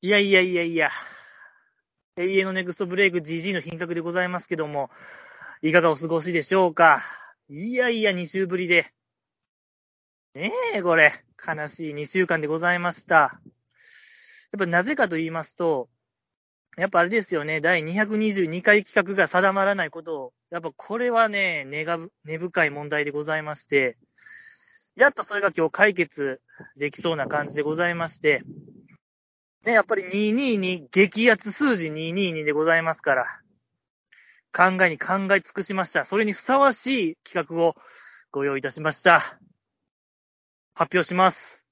いやいやいやいや。永遠のネクストブレイク GG の品格でございますけども、いかがお過ごしでしょうかいやいや、2週ぶりで。ねえ、これ。悲しい2週間でございました。やっぱなぜかと言いますと、やっぱあれですよね、第222回企画が定まらないことを、やっぱこれはね、根がぶ、根深い問題でございまして、やっとそれが今日解決できそうな感じでございまして、ね、やっぱり222、激アツ数字222でございますから、考えに考え尽くしました。それにふさわしい企画をご用意いたしました。発表します。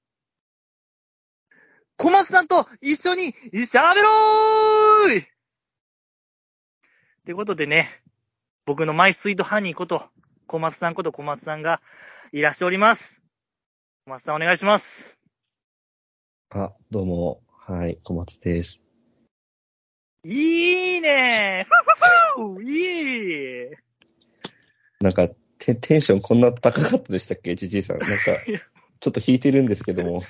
小松さんと一緒に喋ろういってことでね、僕のマイスイートハニーこと、小松さんこと小松さんがいらしております。小松さんお願いします。あ、どうも。はい、小松です。いいねふふふいいなんか、テテンションこんな高かったでしたっけじじいさん。 なんか、ちょっと引いてるんですけども。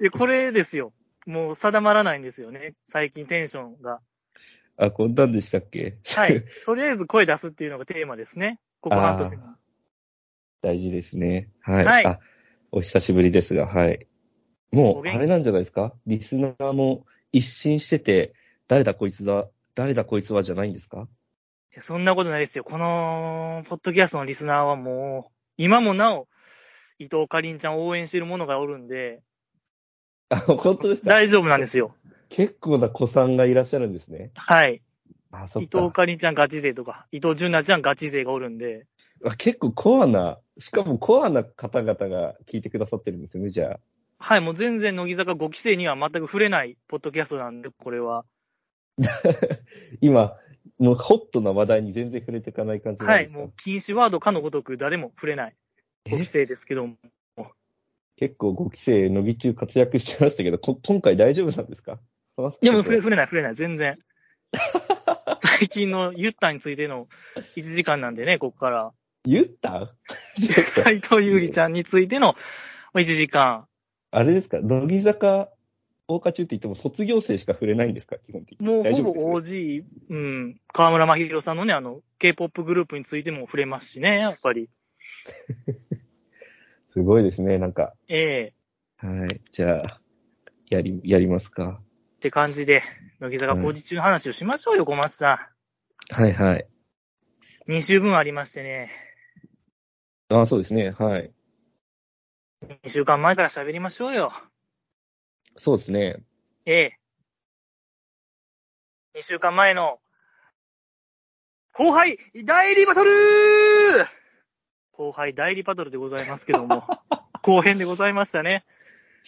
いや、これですよ。もう定まらないんですよね。最近テンションが。あ、こんなんでしたっけ はい。とりあえず声出すっていうのがテーマですね。ここ半年も。大事ですね。はい。はいあ、お久しぶりですが、はい。もおう、元あ気れなんじゃないですかリスナーも一新してて、誰だこいつだ、誰だこいつはじゃないんですかいやそんなことないですよ。この、ポッドキャストのリスナーはもう、今もなお、伊藤かりんちゃんを応援している者がおるんで、あ、本当ですか大丈夫なんですよ。結構な子さんがいらっしゃるんですね。はい。あ、そっ伊藤か。かりんちゃんガチ勢とか、伊藤純奈ちゃんガチ勢がおるんで、あ結構コアな、しかもコアな方々が聞いてくださってるんですよね、じゃあ。はい、もう全然乃木坂5期生には全く触れないポッドキャストなんで、これは。今、もうホットな話題に全然触れていかない感じなんはでい、すかもう禁止ワードかのごとく誰も触れない。5期生ですけども。結構5期生、伸び中活躍してましたけど、こ今回大丈夫なんですかいや、もう触れ触れない、触れない、全 然。最近のユッタについての1時間なんでね、ここから。言ったちょっと斎藤優里ちゃんについての1時間。あれですか、乃木坂、大花中って言っても卒業生しか触れないんですか基本的に。もう大ほ丈夫ぼです OG、うん、河村真宏さんのね、あの、K-POP グループについても触れますしね、やっぱり。すごいですね、なんか。ええはい。じゃあ、やり、やりますか。って感じで、乃木坂工事中の話をしましょうよ、小松さはいはい。ん。2週分ありましてね、あそうですね、はい。 2週間前から喋りましょうよ。そうですね。ええ。2週間前の、後輩代理バトル後輩代理バトルでございますけど も、後編でございましたね。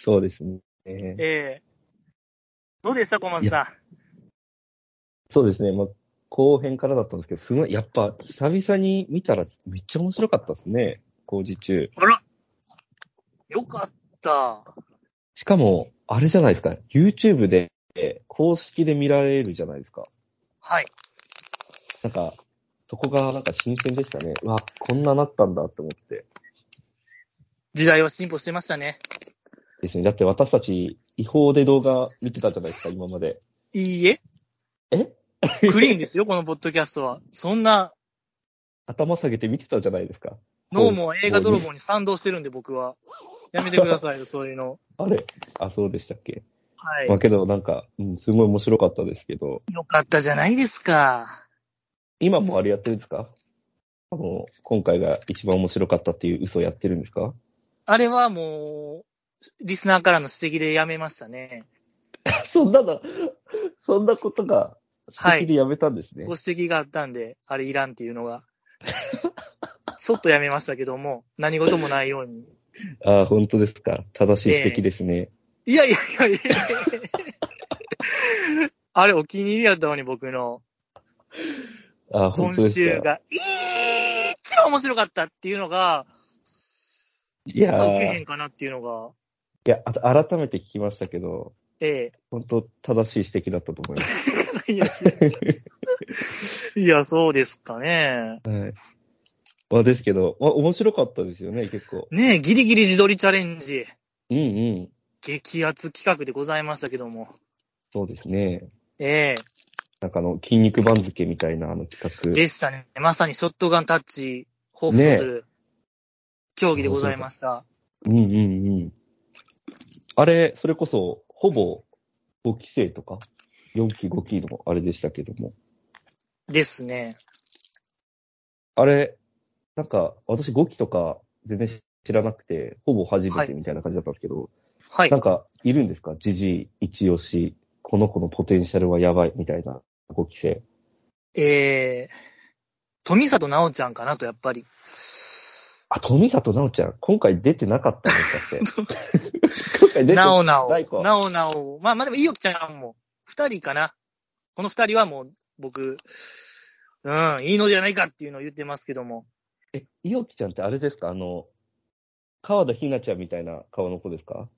そうですね。ええどうでした、小松さそうですね、まあ、後編からだったんですけど、すごい、やっぱ、久々に見たら、めっちゃ面白かったですね、工事中。ん。あらよかった。しかも、あれじゃないですか、YouTube で、公式で見られるじゃないですか。はい。なんか、そこがなんか新鮮でしたね。うわ、こんななったんだって思って。時代は進歩してましたね。ですね。だって私たち、違法で動画見てたじゃないですか、今まで。いい え。えクリーンですよ、このポッドキャストは。そんな、 頭下げて見てたじゃないですか。脳も映画泥棒に賛同してるんで、僕は。やめてくださいよ、そういうの。あれあ、そうでしたっけ。はいまあ。けど、なんか、うん、すごい面白かったですけど、よかったじゃないですか。今もあれやってるんですかあの、今回が一番面白かったっていう嘘やってるんですかあれはもう、リスナーからの指摘でやめましたね。 そんなの、そんなことが、はい指摘でやめたんですね。ご指摘があったんで、あれいらんっていうのが。 そっとやめましたけども、何事もないように。ああ、本当ですか。正しい指摘ですね。いやいやいや いやあれお気に入りやったのに僕の、ああ、本今当です週か。が、一番面白かったっていうのが、いや受ーけへいんかなっていうのが、や、あ改めて聞きましたけど、え 本当正しい指摘だったと思います。え。いやいや、そうですかね。はい。まあ、ですけど、まあ、面白かったですよね、結構。ねえ、ギリギリ自撮りチャレンジ。うんうん。激アツ企画でございましたけども。そうですね。ええなんかあの、筋肉番付みたいなあの企画。でしたね。まさにショットガンタッチ、抱負とする競技でございました。うんうんうん。あれ、それこそ、ほぼ5期生とか、4期5期のあれでしたけども。ですね。あれ、なんか、私5期とか全然知らなくて、ほぼ初めてみたいな感じだったんですけど、はいなん。か、いるんですかジジイ、一押し、この子のポテンシャルはやばい、みたいな5期生。ええ富里奈央ちゃんかなと、やっぱり。あ、富里奈央ちゃん、今回出てなかったんで すかって。今回出てなおなお。大根なおなお。まあまあでも、いいおきちゃんも、二人かな。この二人はもう、僕、うん、いいのじゃないかっていうのを言ってますけども。え、いおきちゃんってあれですかあの、川田ひなちゃんみたいな顔の子ですか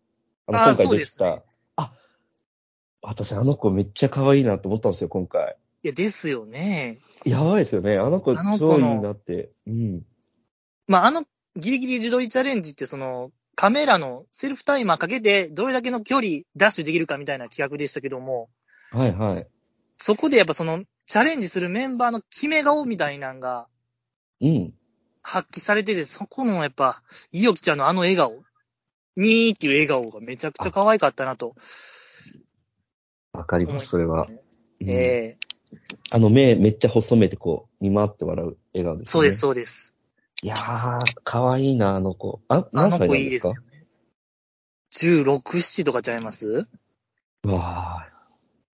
あの、あー今回そう出でてすねた。あ、私あの子めっちゃ可愛いなと思ったんですよ、今回。いや、ですよね。やばいですよね。あの子あの超子のいいなって。うん。まあ、あの、ギリギリ自撮りチャレンジって、その、カメラのセルフタイマーかけて、どれだけの距離、ダッシュできるかみたいな企画でしたけども、はいはい。そこでやっぱその、チャレンジするメンバーの決め顔みたいなんがうん。発揮されてて、そこのやっぱ、いよきちゃんのあの笑顔、にーっていう笑顔がめちゃくちゃ可愛かったなと。わかります、それは。うんええあの目めっちゃ細めてこう、見回って笑う笑顔です、ね。そうです、。そうです。いやー、可愛いな、あの子。あ、あ何の歳な子んいいですかよね。16、7とかちゃいますうわ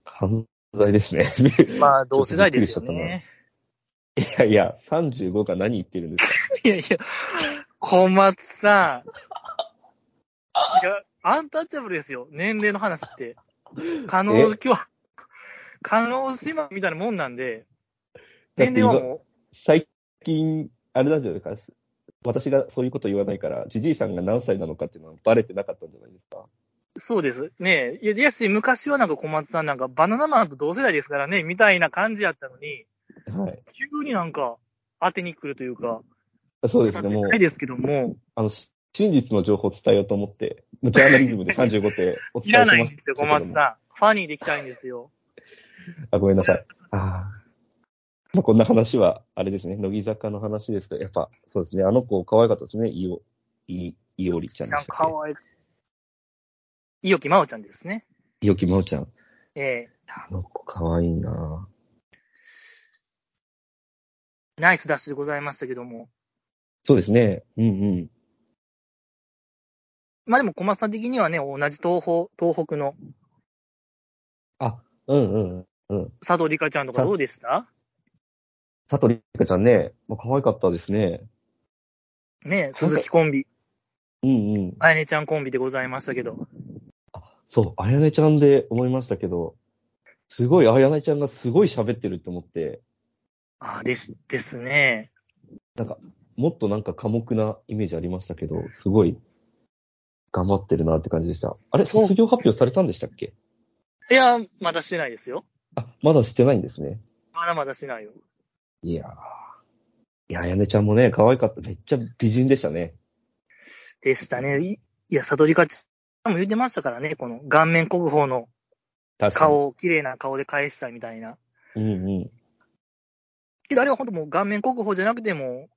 ー、犯罪ですね。 まあ、同世代ですよびっくりしちゃったなね。いやいや、35が何言ってるんですかいやいや、小松さん。いや、アンタッチャブルですよ。年齢の話って。可能、今え日は、可能島みたいなもんなんで、年齢はも最近、あれなんじゃないか、私がそういうこと言わないから、じじいさんが何歳なのかっていうのはバレてなかったんじゃないですか。う、そうです。ねえ。いや、いやし、昔はなんか小松さんなんかバナナマンと同世代ですからね、みたいな感じやったのに、はい。急になんか当てに来るというか、そうです当たね、っもてうな、いですけども、あの、し真実の情報を伝えようと思って、ジャーナリズムで35っておい伝えらしましたけども。ないんですよ、小松さん。ファニーできたいんですよ。あ、ごめんなさい。あーまあ、こんな話は、あれですね、乃木坂の話ですけど、やっぱ、そうですね、あの子可愛かったですね、いお、い、いおりちゃんでしたっかわいい。いよきまおちゃんですね。け。いおきまおちゃん。ええあの子可愛いなナイスダッシュでございましたけども。そうですね、うんうん。まあでも小松さん的にはね、同じ東方東北のうんうんうん。佐藤里香ちゃんとかどうでした佐藤りかちゃんね、まあ、可愛かったですね。ねえ鈴木コンビ、うんうん。あやねちゃんコンビでございましたけど。そう、あやねちゃんで思いましたけど、すごい、あやねちゃんがすごい喋ってると思って、ああ、です、ですね。もっとなんか寡黙なイメージありましたけど、すごい、頑張ってるなって感じでした。あれ、そう卒業発表されたんでしたっけいや、まだしてないですよ。あ、まだしてないんですね。まだまだしてないよ。いやー。いや、あやねちゃんもね、可愛かった。めっちゃ美人でしたね。でしたね。いいや、佐藤里香ちゃんも言ってましたからね、この顔面国宝の確かに。顔を綺麗な顔で返したみたいな。うんうん。けどあれは本当もう顔面国宝じゃなくても、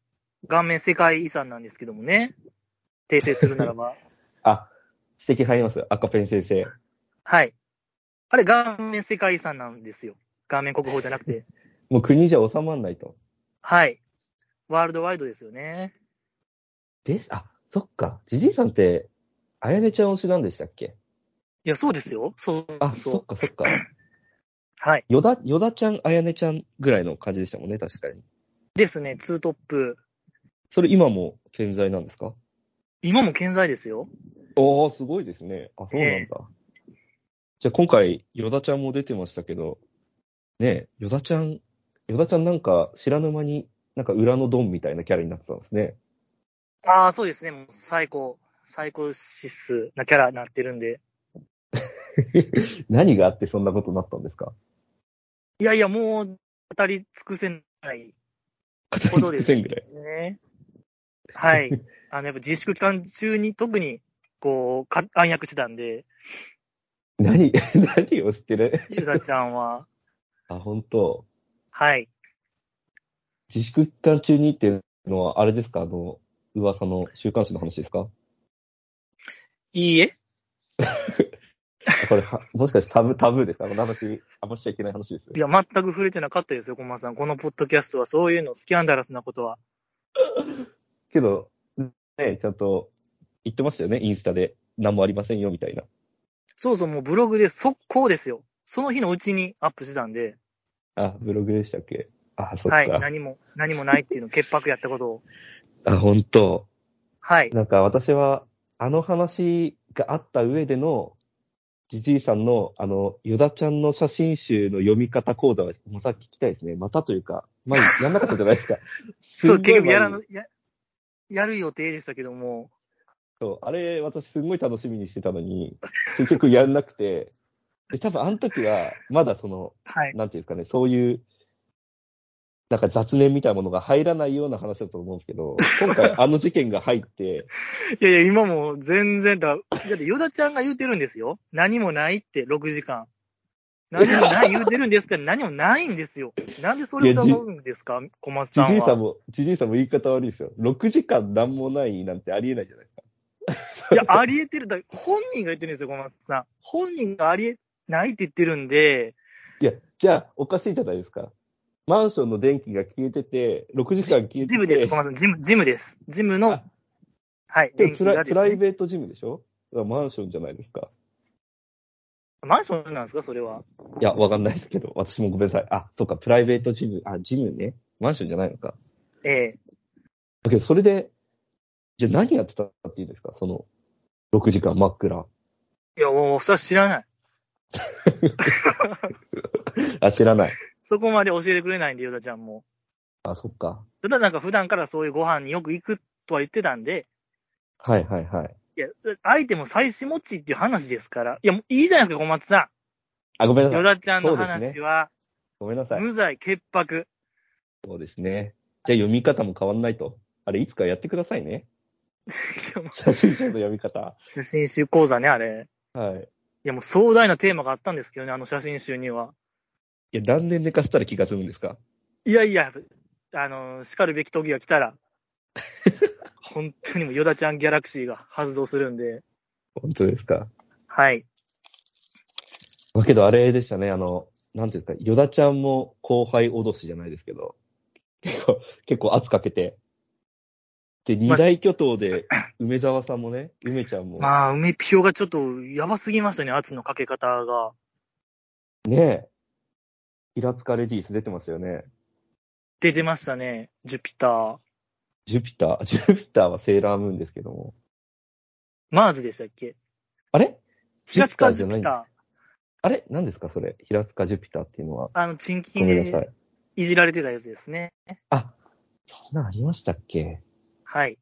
顔面世界遺産なんですけどもね。訂正するならば。あ、指摘入ります。赤ペン先生。はい。あれ、顔面世界遺産なんですよ。顔面国宝じゃなくて。もう国じゃ収まんないと。はい。ワールドワイドですよね。です。あ、そっか。じじいさんって、あやねちゃん推しなんでしたっけいや、そうですよ。そうあ、そそっう。かそっか。はい。よだ、よだちゃん、あやねちゃんぐらいの感じでしたもんね、確かに。ですね、ツートップ。それ今も健在なんですか今も健在ですよ。ああ、すごいですね。あ、そうなんだ。じゃあ今回、よだちゃんも出てましたけど、ねえ、よだちゃん、よだちゃんなんか知らぬ間に、なんか裏のドンみたいなキャラになってたんですね。ああ、そうですね。もう最高、最高指数なキャラになってるんで。何があってそんなことになったんですかいやいや、もう語り尽くせないほどです1000ぐらい。ね。 はい。あの、やっぱ自粛期間中に特に、こう、か暗躍してたんで、何、何をしてるゆざちゃんは。あ、本当はい。自粛期間中にっていうのは、あれですかあの、噂の週刊誌の話ですかいいえあこれは、 もしかしてタブ、タブーですかこの話、あんましちゃいけない話ですよい。や、全く触れてなかったですよ、小松さん。このポッドキャストは、そういうの、スキャンダラスなことは。けど、ね、ちゃんと言ってましたよね、インスタで。何もありませんよ、みたいな。そうそう、もうブログで速攻ですよ。その日のうちにアップしてたんで、あ、ブログでしたっけあ、そっか。はい、何も、何もないっていうの、潔白やったことを。あ、本当はい。なんか私は、あの話があった上での、じじいさんの、あの、ヨダちゃんの写真集の読み方講座は、また聞きたいですね。またというか、前やんなかったじゃな いですか。そう、結局やらなぬ、や、やる予定でしたけども、そう、あれ、私すごい楽しみにしてたのに、結局やんなくて、で、多分あの時は、まだその、はい。なんていうんですかね、そういう、なんか雑念みたいなものが入らないような話だと思うんですけど、今回あの事件が入 って、いやいや、今もう全然だ。だって、ヨダちゃんが言うてるんですよ。何もないって、6時間。何もない言うてるんですけど、何もないんですよ。なんでそれを疑うんですか、小松じさじんいさんは。も、じじいさんも言い方悪いですよ。6時間なんもないなんてありえないじゃないですか。いや、ありえてる。だ本人が言ってるんですよ、小松さん。本人がありえないって言ってるんで、いや、じゃあ、おかしいじゃないですか。マンションの電気が消えてて、6時間消えてて。ジムです、小松さん。ジム、ジムです。ジムのあ、はい、で電も気プラがイでプす、ライね。ベートジムでしょだからマンションじゃないですか。マンションなんですか、それは。いや、わかんないですけど、私もごめんなさい。あ、そうか、プライベートジム、あ、ジムね。マンションじゃないのか。ええだけど、それで、じゃあ何やってたっていうんですかその、6時間真っ暗。いや、もう、それは知らない。あ、知らない。そこまで教えてくれないんで、ヨダちゃんも。あ、そっか。ただなんか普段からそういうご飯によく行くとは言ってたんで、はいはいはい。いや、相手も妻子持ちっていう話ですから。いや、もういいじゃないですか、小松さあ、ごめんん。なヨさい。ダちゃんのそうです話ねは、ごめんなさい。無罪、潔白。 そうですね。じゃあ読み方も変わんないと。あれ、いつかやってくださいね。いやもう写真集の読み方。写真集講座ね、あれ。はい。いや、もう壮大なテーマがあったんですけどね、あの写真集には。いや、断念寝かせたら気が済むんですかいやいや、あの、叱るべき時が来た ら、本当にもうヨダちゃんギャラクシーが発動するんで、本当ですか。はい。だけど、あれでしたね。あの、なんていうんですか、ヨダちゃんも後輩脅しじゃないですけど、結構、結構圧かけて。で、二大巨頭で、梅沢さんもね、梅ちゃんも、まあ、梅ピオがちょっとやばすぎましたね、圧のかけ方が。ねえ、平塚レディース出てましたよね。出てましたね、ジュピター。ジュピター、ジュピターはセーラームーンですけども。マーズでしたっけあれ平塚ジジュュピターピタじゃあれ何ですかそれ。平塚ジュピターっていうのは。ー。あの、チンキごンめんなさでい。いじられてたやつですね。あ、そんなんありましたっけはい。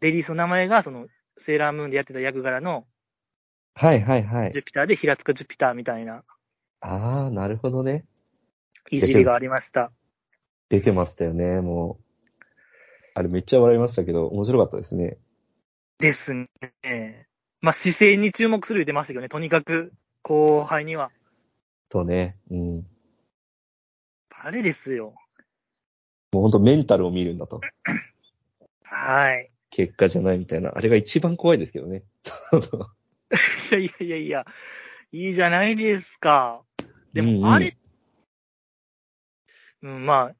レディースの名前が、その、セーラームーンでやってた役柄のはいはいはい。ジュピターで平塚ジュピターみたいなああ、なるほどね。いじりがありました。出てましたよね、もう。あれめっちゃ笑いましたけど、面白かったですね。ですね。まあ、姿勢に注目する言ってましたけどね、とにかく、後輩には。そうね。うん。もあれですよ。うほんとメンタルを見るんだと。はい。 結果じゃないみたいな。あれが一番怖いですけどね。いやいやいやいや、いいじゃないですか。 でうんうんも、あれ、うん、まあ、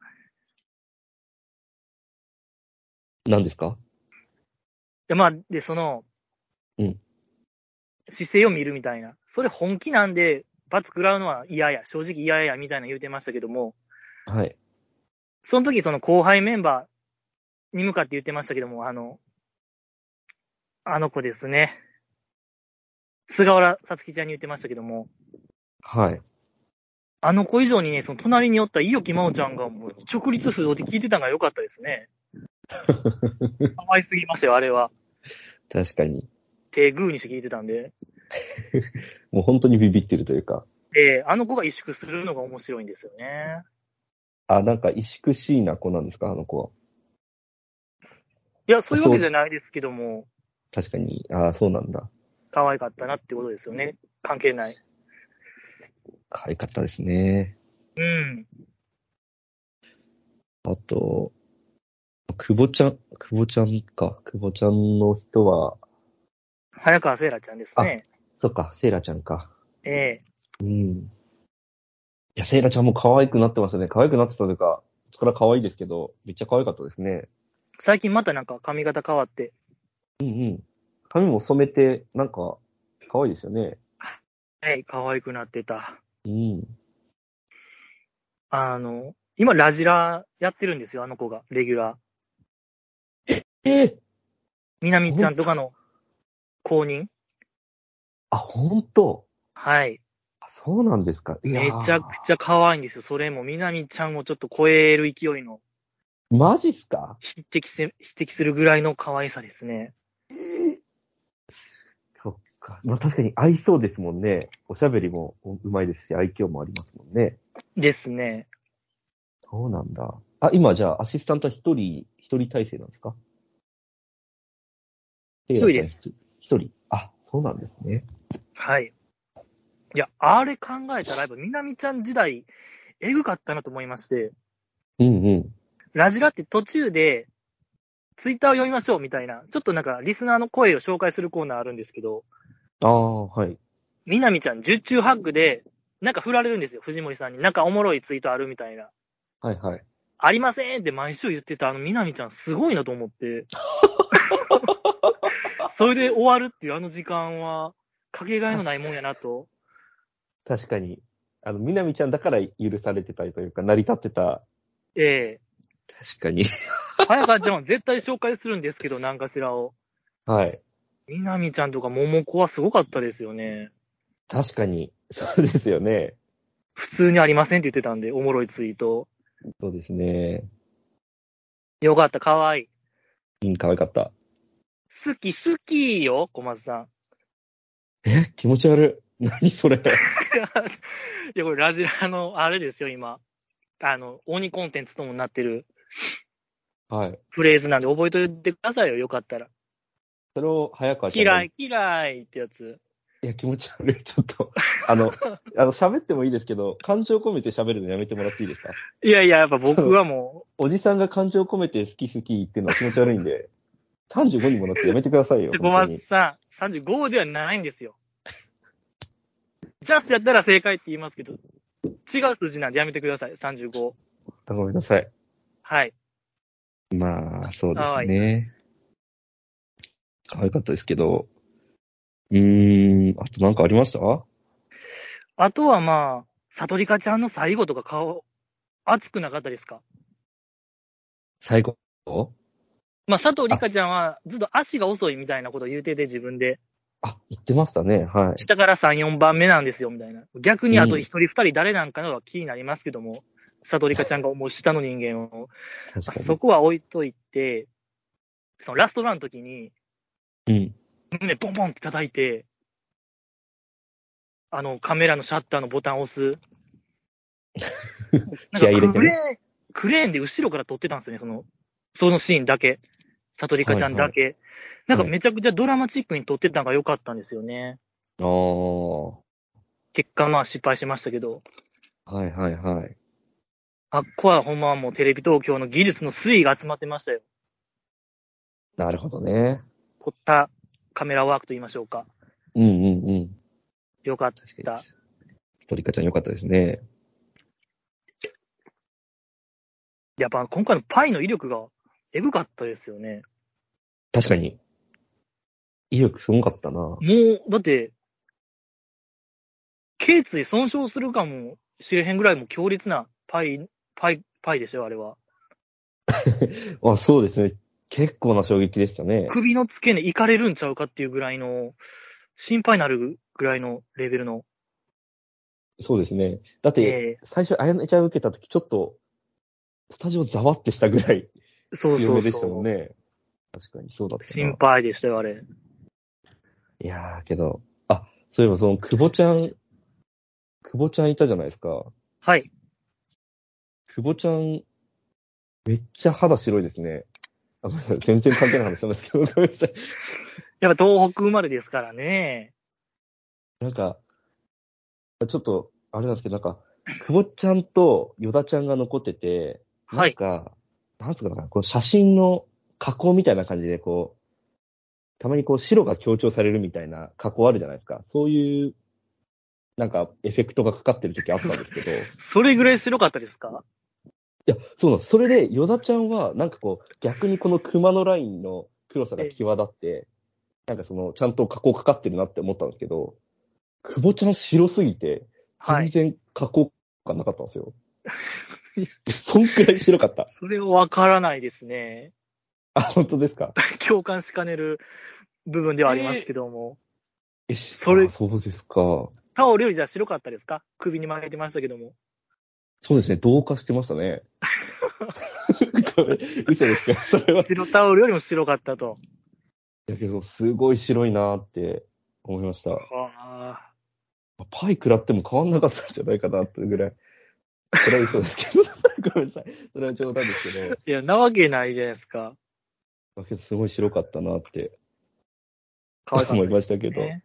何ですかで、まあ、で、その、うん姿勢を見るみたいな。それ本気なんで、罰食らうのは嫌や、正直嫌や、みたいな言うてましたけども、はい。その時、その後輩メンバーに向かって言ってましたけども、あの、あの子ですね。菅原さつきちゃんに言ってましたけども、はい。あの子以上にね、その隣におった伊木真央ちゃんがもう直立不動で聞いてたのが良かったですね。かわいすぎましたよ、あれは。確かに。手グーにして聞いてたんで。もう本当にビビってるというか。で、あの子が萎縮するのが面白いんですよね。あ、なんか、萎縮しいな子なんですかあの子は。いや、そういうわけじゃないですけども、確かに。ああ、そうなんだ。可愛かったなってことですよね。関係ない。可愛かったですね。うん。あと、久保ちゃん、久保ちゃんか。久保ちゃんの人は、早川セイラちゃんですね。そっか、セイラちゃんか。えうん。いや、セイラちゃんも可愛くなってましたね。可愛くなってたというか、そこから可愛いですけど、めっちゃ可愛かったですね。え最近またなんか髪型変わって、うんうん。髪も染めて、なんか、可愛いですよね。はい、可愛くなってた。うん。あの、今、ラジラやってるんですよ、あの子が、レギュラー。えーみなみちゃんとかの公認あ、本当はい。あそうなんですか。いやめーちゃくちゃ可愛いんですよ。それも、みなみちゃんをちょっと超える勢いの、マジっすか匹敵せ、匹敵するぐらいの可愛さですね。そっか。まあ確かに合いそうですもんね。おしゃべりもうまいですし、愛嬌もありますもんね。ですね。そうなんだ。あ、今じゃあアシスタントは一人、一人体制なんですか一人です。一人。あ、そうなんですね。はい。いや、あれ考えたら、やっぱ、みなみちゃん時代、えぐかったなと思いまして、うんうん。ラジラって途中で、ツイッターを読みましょうみたいな、ちょっとなんか、リスナーの声を紹介するコーナーあるんですけど、ああ、はい。みなみちゃん、十中ハッグで、なんか振られるんですよ、藤森さんに。なんかおもろいツイートあるみたいな。はいはい。ありませんって毎週言ってた、あの、みなみちゃん、すごいなと思って。それで終わるっていうあの時間は、かけがえのないもんやなと。確かに。あの、みなみちゃんだから許されてたりというか、成り立ってた。え確かに。 え早川ちゃんは絶対紹介するんですけど、何かしらを。はい。みなみちゃんとか桃子はすごかったですよね。確かに。そうですよね。普通にありませんって言ってたんで、おもろいツイート。そうですね。よかった、かわいい。うん、可愛かった。好き、好きよ、小松さん。 え、気持ち悪い。何それ。いや、これラジラの、あれですよ、今。あの、鬼コンテンツともなってるはい。フレーズなんで覚えといてくださいよ、よかったら。それを早川ちゃんが嫌い、嫌いってやつ。いや、気持ち悪い。ちょ っと、あの、あの、喋ってもいいですけど、感情込めて喋るのやめてもらっていいですかいやいや、やっぱ僕はもおじさんが感情込めて好き好き言ってるのは気持ち悪いんで、35にもなってやめてくだ さいよう、。ちょ、小本松当にさん、35ではないんですよ。ジャストやったら正解って言いますけど、違う数字なんでやめてください、35。あごめんなさい。はい。まあ、そうで可愛すいね。可愛かったですけど、うーん、あとなんかありましたあとはまあ、サトリカちゃんの最後とか顔、熱くなかったですか最後まあ、佐藤理香ちゃんはずっと足が遅いみたいなことを言うてて自分で、あ、言ってましたね。はい。下から3、4番目なんですよみたいな。逆にあと一人二人誰なんかのが気になりますけども、佐藤理香ちゃんが思う下の人間を。確まあかに。そこは置いといて、そのラストランの時にうん。胸ボンボンって叩いて、あのカメラのシャッターのボタンを 押す。なん気合い入れかてクレーねン、クレーンで後ろから撮ってたんですよね、その、そのシーンだけ。サトリカちゃんだけ。なんかめちゃくちゃドラマチックに撮ってたのが良かったんですよね。ああ、は結果まあ失敗しましたけど。いはいはい。あっこはほんまはもうテレビ東京の技術の推移が集まってましたよ。なるほどね。凝ったカメラワークと言いましょうか。うんうんうん。よかっ確かにた。。トリカちゃん良かったですね。やっぱ今回のパイの威力がエグかったですよね。確かに。威力すごかったな。もう、だって、頸椎損傷するかもしれへんぐらいもう強烈なパイ、パイ、パイでしょ、あれは。あ、そうですね。結構な衝撃でしたね。首の付け根いかれるんちゃうかっていうぐらいの、心配になるぐらいのレベルの。そうですね。だって、え最初、あやねちゃん受けた時ちょっと、スタジオざわってしたぐらいーそう有そ名うでしたそもう。んね。確かにそうだった心な。配でしたよ、あれ。いやーけど、あ、そういえばその、久保ちゃん、久保ちゃんいたじゃないですか。はい。久保ちゃん、めっちゃ肌白いですね。あごめんなさい全然関係ない話なんですけど、ごめんなさい。やっぱ東北生まれですからね。なんか、ちょっと、あれなんですけど、なんか、久保ちゃんとヨダちゃんが残ってて、はなんい。か、なんつうかな、こう写真の加工みたいな感じで、こう、たまにこう白が強調されるみたいな加工あるじゃないですか。そういう、なんかエフェクトがかかってる時あったんですけど、いそれぐらい白かったですかや、そうなんです。それで、ヨダちゃんは、なんかこう、逆にこの熊のラインの黒さが際立って、なんかその、ちゃんと加工かかってるなって思ったんですけど、久保ちゃん白すぎて、は全い。然加工感なかったんですよ。 そんくらい白かった。それはわからないですね。 あ、本当ですか共感しかねる部分ではありますけども。え、それあそうですか。タオルよりじゃあ白かったですか首に巻いてましたけども。そうですね、同化してまし たね。これ嘘ですかそれ は。白タオルよりも白かったと。だけど、すごい白いなーって思いました。はあ。パイ食らっても変わんなかったんじゃないかなってぐらい。 それは嘘ですけど、ごめんなさい。それは冗談ですけど、いや、なわけないじゃないですか。だけどすごい白かったなって可愛かっ思いたでましたけすど。ね。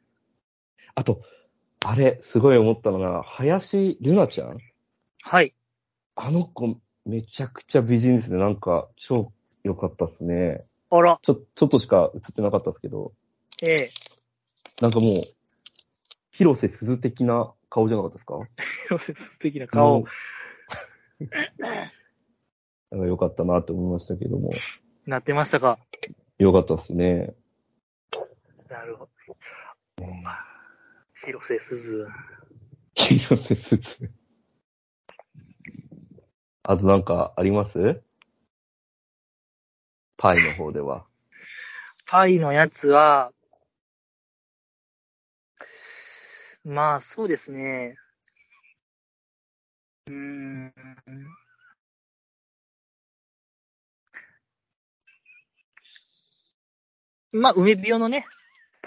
あと、あれ、すごい思ったのが、林瑠奈ちゃんはい。あの子、めちゃくちゃ美人ですね。なんか、超良かったですね。あら、ちょ、ちょっとしか映ってなかったですけど、ええ。なんかもう、広瀬すず的な顔じゃなかったですか広瀬素敵な顔。。 なんか良かったなって思いましたけども。なってましたか。良かったですね。なるほど。広瀬すず。広瀬すず。あとなんかありますパイの方では。パイのやつは、まあ、そうですね。うーん。まあ、梅ビオのね、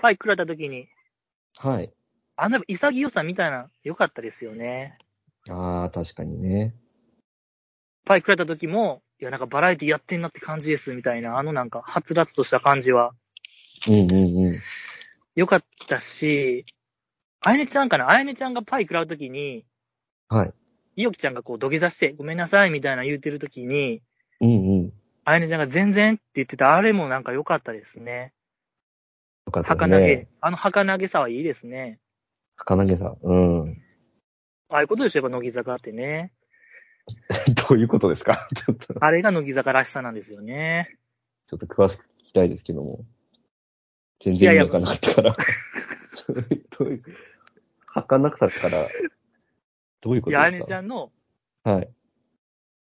パイ食らった時に、はい。あの潔さみたいな、良かったですよね。ああ、確かにね。パイ食らった時も、いや、なんかバラエティやってんなって感じです、みたいな、あのなんか、はつらつとした感じは、うんうんうん。良かったし、あやねちゃんかなあやねちゃんがパイ食らうときに、はい。いおきちゃんがこう土下座して、ごめんなさいみたいな言うてるときに、うんうん。あやねちゃんが全然って言ってた、あれもなんか良かったですね。よかった儚げ、ね。あの儚げさはいいですね。儚げさ。うん。 ああいうことでしょ、やっぱ乃木坂ってね。どういうことですかちょっと、ちあれが乃木坂らしさなんですよね。ょっと詳しく聞きたいですけども。全いや然いや意味わかんなかったから。どういう、はかなくさから、どういうこいとや、あやでねすちゃかんの、はい。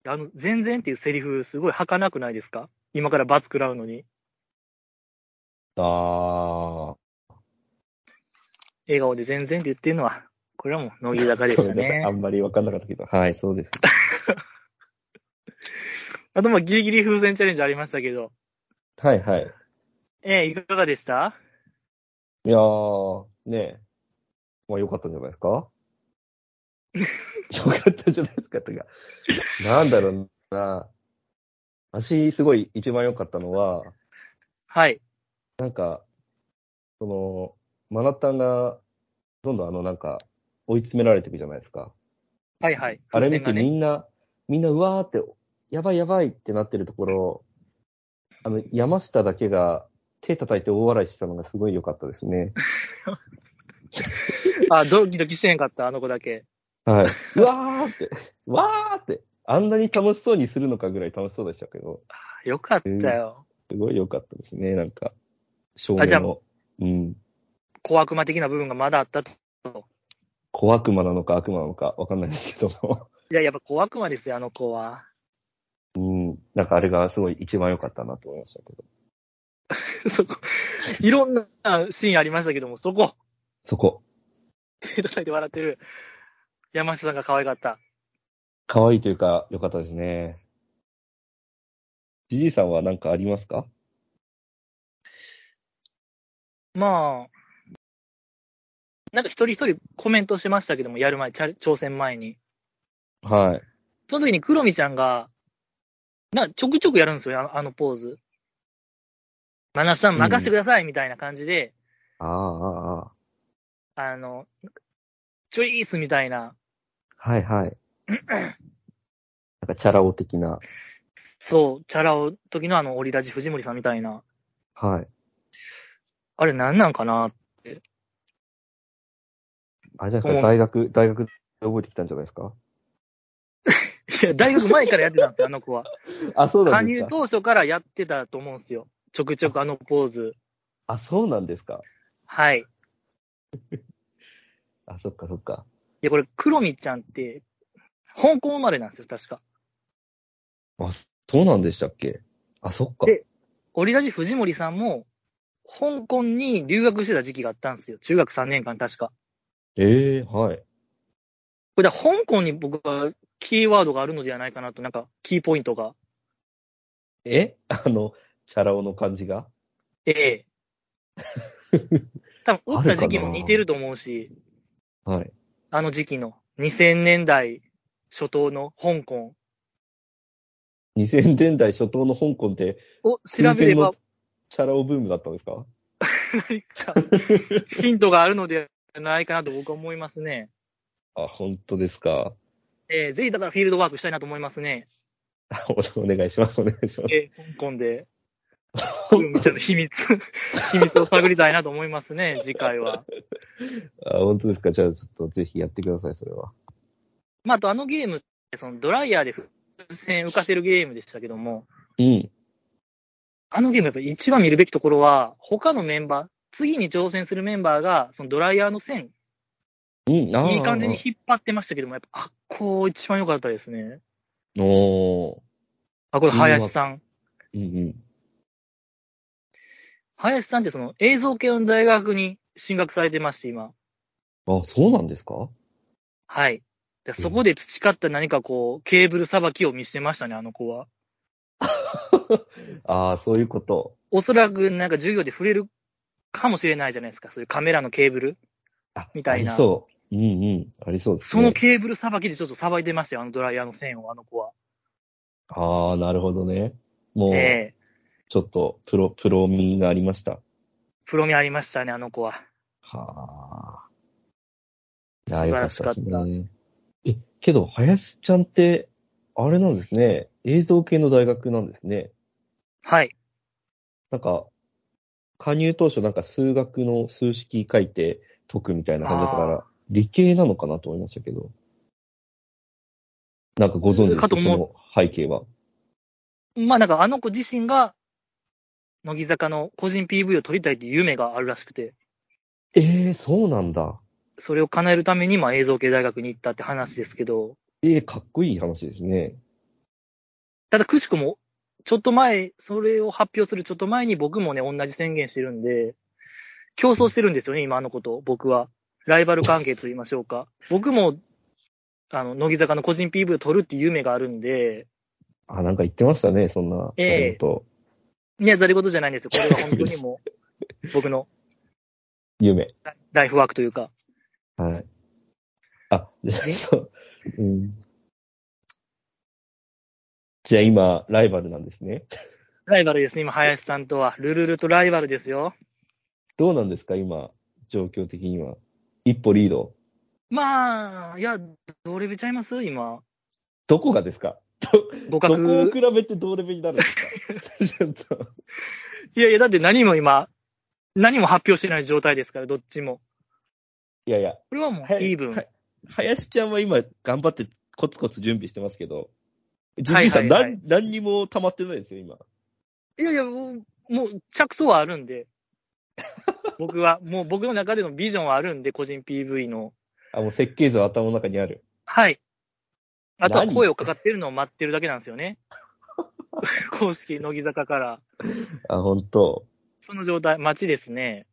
あの、全然っていうセリフ、すごい儚くないですか今から罰食らうのに、あ笑顔で全然って言ってるのは、これはもう乃木坂ー。でしたごめんなさいあね。んまりわかんなかったけど。はい、そうです。あと、まあ、ギリギリ風船チャレンジありましたけど、はいはい。ええいかがでしたいやー、ねえ。まあよかったんじゃないですか よかったんじゃないですかとか。なんだろうな。私、すごい一番良かったのは、はい。なんか、その、マナタンが、どんどんあの、なんか、追い詰められていくじゃないですか。はいはい。あれ見て風船がみね、んな、みんな、うわーって、やばいやばいってなってるところ、あの、山下だけが手叩いて大笑いしてたのがすごい良かったですね。あ、ドキドキしてへんかった、あの子だけ。はい。 うわーって、わーって、あんなに楽しそうにするのかぐらい楽しそうでしたけど、よかったよ。すごい良かったですね、なんか、少あじゃあ年の。うん。小悪魔的な部分がまだあったと。小悪魔なのか悪魔なのかわかんないですけども。 いや、やっぱ小悪魔ですよ、あの子は。 うん、なんかあれがすごい一番良かったなと思いましたけど。そこ、いろんなシーンありましたけども、そこ、そこ、手叩いて笑ってる山下さんが可愛かった。可愛いというか良かったですね。じじいさんは何かありますかまあ、なんか一人一人コメントしてましたけども、やる前、チャレ挑戦前に。はい。その時に黒見ちゃんが、な、ちょくちょくやるんですよ、あのあのポーズ。マナスさん任せてください、みたいな感じで、ああ、ああ、ああ。あの、チョイスみたいな。はい はい。なんかチャラ男的な。そう、チャラ男時のあの、オリラジ藤森さんみたいな。はい。あれ何なんかな あれじゃうんないですか、大学、大学で覚えてきたんじゃないですか。いや、大学前からやってたんですよ、あの子は。あ、 そうな加んで入すか。当初からやってたと思うんですよ。ちょくちょくあのポーズ。あ、そうなんですか。はい。あ、そっかそっか。で、これ、クロミちゃんって、香港生まれなんですよ、確か。あ、そうなんでしたっけ。あ、そっか。でオリラジ藤森さんも、香港に留学してた時期があったんですよ。中学3年間、確か。ええはい。これ、だから香港に僕はキーワードがあるのではないかなと、なんか、キーポイントが。え あの、チャラ男の感じがええ多分、打った時期も似てると思うし、はい。あの時期の。2000年代初頭の香港2000年代初頭の香港って、を調べれば、チャラ男ブームだったんですか何か、ヒントがあるのではないかなと僕は思いますね。あ、本当ですか。えー、ぜひだからフィールドワークしたいなと思いますね。おお願いします、お願いします。えー、香港で。みたいな秘密、秘密を探りたいなと思いますね、次回は。あ、本当ですか。じゃあ、ちょっとぜひやってください、それは。まあ、あとあのゲームって、そのドライヤーで風船浮かせるゲームでしたけども、うん。あのゲームやっぱり一番見るべきところは、他のメンバー、次に挑戦するメンバーが、そのドライヤーの線、うん、あーいい感じに引っ張ってましたけども、やっぱ、あ、こう一番良かったですね。おー。あ、これ林さん。うんうん。林さんってその映像系の大学に進学されてまして、今。あ、そうなんですかはい。でそこで培った何かこう、ケーブルさばきを見せてましたね、あの子は。ああ、そういうこと。おそらくなんか授業で触れるかもしれないじゃないですか、そういうカメラのケーブル。あみたいなありそう。うんうん。ありそうです、そね。のケーブルさばきでちょっとさばいてましたよ、あのドライヤーの線を、あの子は。ああ、なるほどね。もう、ええちょっと、プロ、プロミがありました。プロ味ありましたね、あの子は。はあ。い素や、晴よらかしっかったたですね。え、けど、林ちゃんって、あれなんですね。映像系の大学なんですね。はい。なんか、加入当初なんか数学の数式書いて解くみたいな感じだったかあら、理系なのかなと思いましたけど。なんかご存知ですかとそ思うの背景は。まあなんかあの子自身が、乃木坂の個人 PV を撮りたいっていう夢があるらしくて、ええそうなんだ。それを叶えるためにまあ映像系大学に行ったって話ですけど、ええかっこいい話ですね。ただ、くしくも、ちょっと前、それを発表するちょっと前に僕もね、同じ宣言してるんで、競争してるんですよね、今あの子と、僕は。ライバル関係と言いましょうか。僕も、あの、乃木坂の個人 PV を撮るっていう夢があるんで、あ、なんか言ってましたね、そんな。ええと、いや、ざり事じゃないんですよ。これは本当にもう、僕の夢。ライフワークというか。はい。あ、じゃあえ そう。うん。じゃあ今、ライバルなんですね。ライバルですね、今、林さんとは。ルルルとライバルですよ。どうなんですか、今、状況的には。一歩リード。まあ、いや、どれべちゃいます今。どこがですか互どこを角比。べてどうレベルになるん ですかちょっといやいや、だって何も今、何も発表してない状態ですから、どっちも。いやいや、これはもはう、いイーブン。は林ちゃんは今、頑張ってコツコツ準備してますけど、ジンジンさん、はいはいはいなん何にも溜まってないですよ、今。いやいや、もう、もう着想はあるんで。 僕は、もう僕の中でのビジョンはあるんで、個人 PV の。あ、もう設計図は頭の中にある。はい。あとは何声をかかってるのを待ってるだけなんですよ ね。公式、乃木坂から。あ、本当その状態、待ちですね。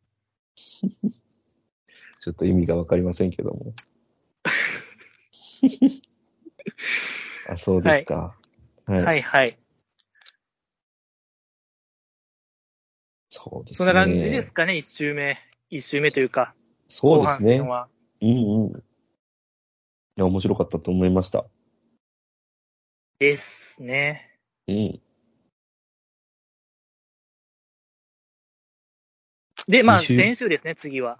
ちょっと意味がわかりませんけども。 あ、そうですか。はい。はいはい。そうですそね。んな感じです。かね、一周目。一周目というか、そ後うで半すね戦。は。うんうん。いや、面白かったと思いました。ですね。うん。で、まあ、二周先週ですね、次は。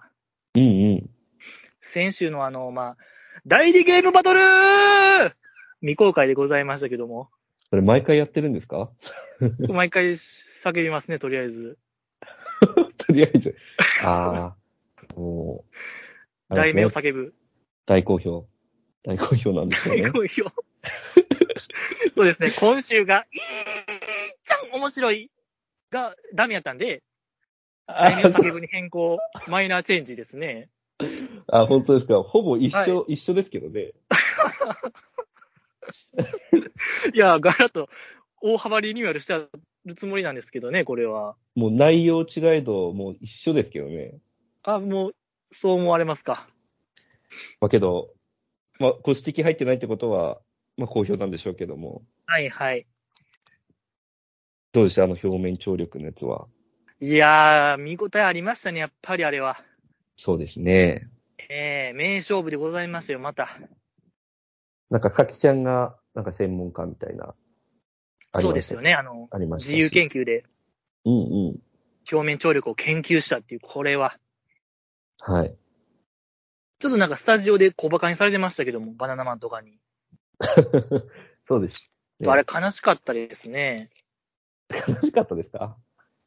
うんうん。先週のあの、まあ、代理ゲームバトル未公開でございましたけども、それ毎回やってるんですか 毎回叫びますね、とりあえず。とりあえず。 ああ、もう。題名を叫ぶ。大好評。大好評なんですよね。好評。 そうですね、今週が、いーちゃん面白いがダメやったんで、あ題名をー叫ぶに変更、マイナーチェンジですね。 あ、本当ですか。ほぼ一緒、一緒ですけどね。 いや、ガラッと大幅リニューアルしてあるつもりなんですけどね、これは。もう内容違いど、もう一緒ですけどね。あ、もう、そう思われますか。まあけど、まあ、ご指摘入ってないってことは、まあ好評なんでしょうけども。はいはい。どうでしたあの表面張力のやつは。いやー、見応えありましたね、やっぱりあれは。そうですね。ええ名勝負でございますよ、また。なんか、かきちゃんが、なんか専門家みたいな。ありましたそうですよ。ね、あの、ありましたし。自由研究でうんうん。表面張力を研究したっていう、これは。はい。 ちょっとなんかスタジオで小馬鹿にされてましたけども、バナナマンとかに。そうです。ねあれ悲しかったですね。楽しかったですか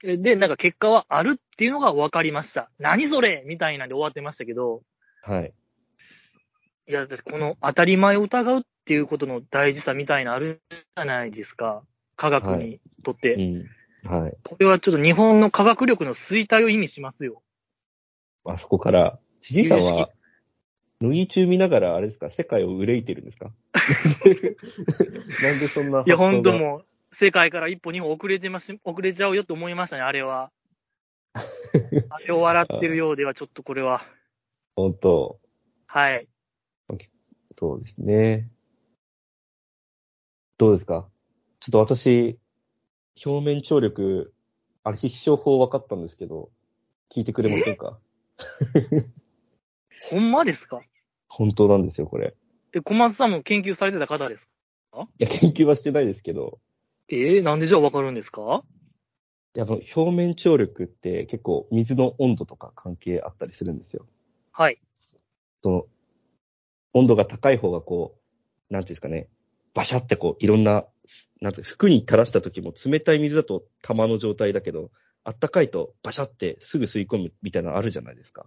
で、なんか結果はあるっていうのが分かりました。何それみたいなんで終わってましたけど、はい。いや、だってこの当たり前を疑うっていうことの大事さみたいなのあるじゃないですか。科学にとって。うん。はい。これはちょっと日本の科学力の衰退を意味しますよ。あそこから、知事さん有は識、乃木中見ながら、あれですか、世界を憂いてるんですかなんでそんな発想が。いや、本当もう、世界から一歩二歩遅れてます、遅れちゃうよって思いましたね、あれ は。あれを笑ってるようでは、ちょっとこれは。本当。はい。そうですね。どうですかちょっと私、表面張力、あれ必勝法分かったんですけど、聞いてくれませんかほんまですか本当なんですよ、これ。え、小松さんも研究されてた方ですかいや、研究はしてないですけど、えーなんでじゃあわかるんですかいや、その表面張力って結構水の温度とか関係あったりするんですよ。はい。その、温度が高い方がこう、なんていうんですかね、バシャってこう、いろんな、なんていう服に垂らした時も冷たい水だと玉の状態だけど、あったかいとバシャってすぐ吸い込むみたいなのあるじゃないですか。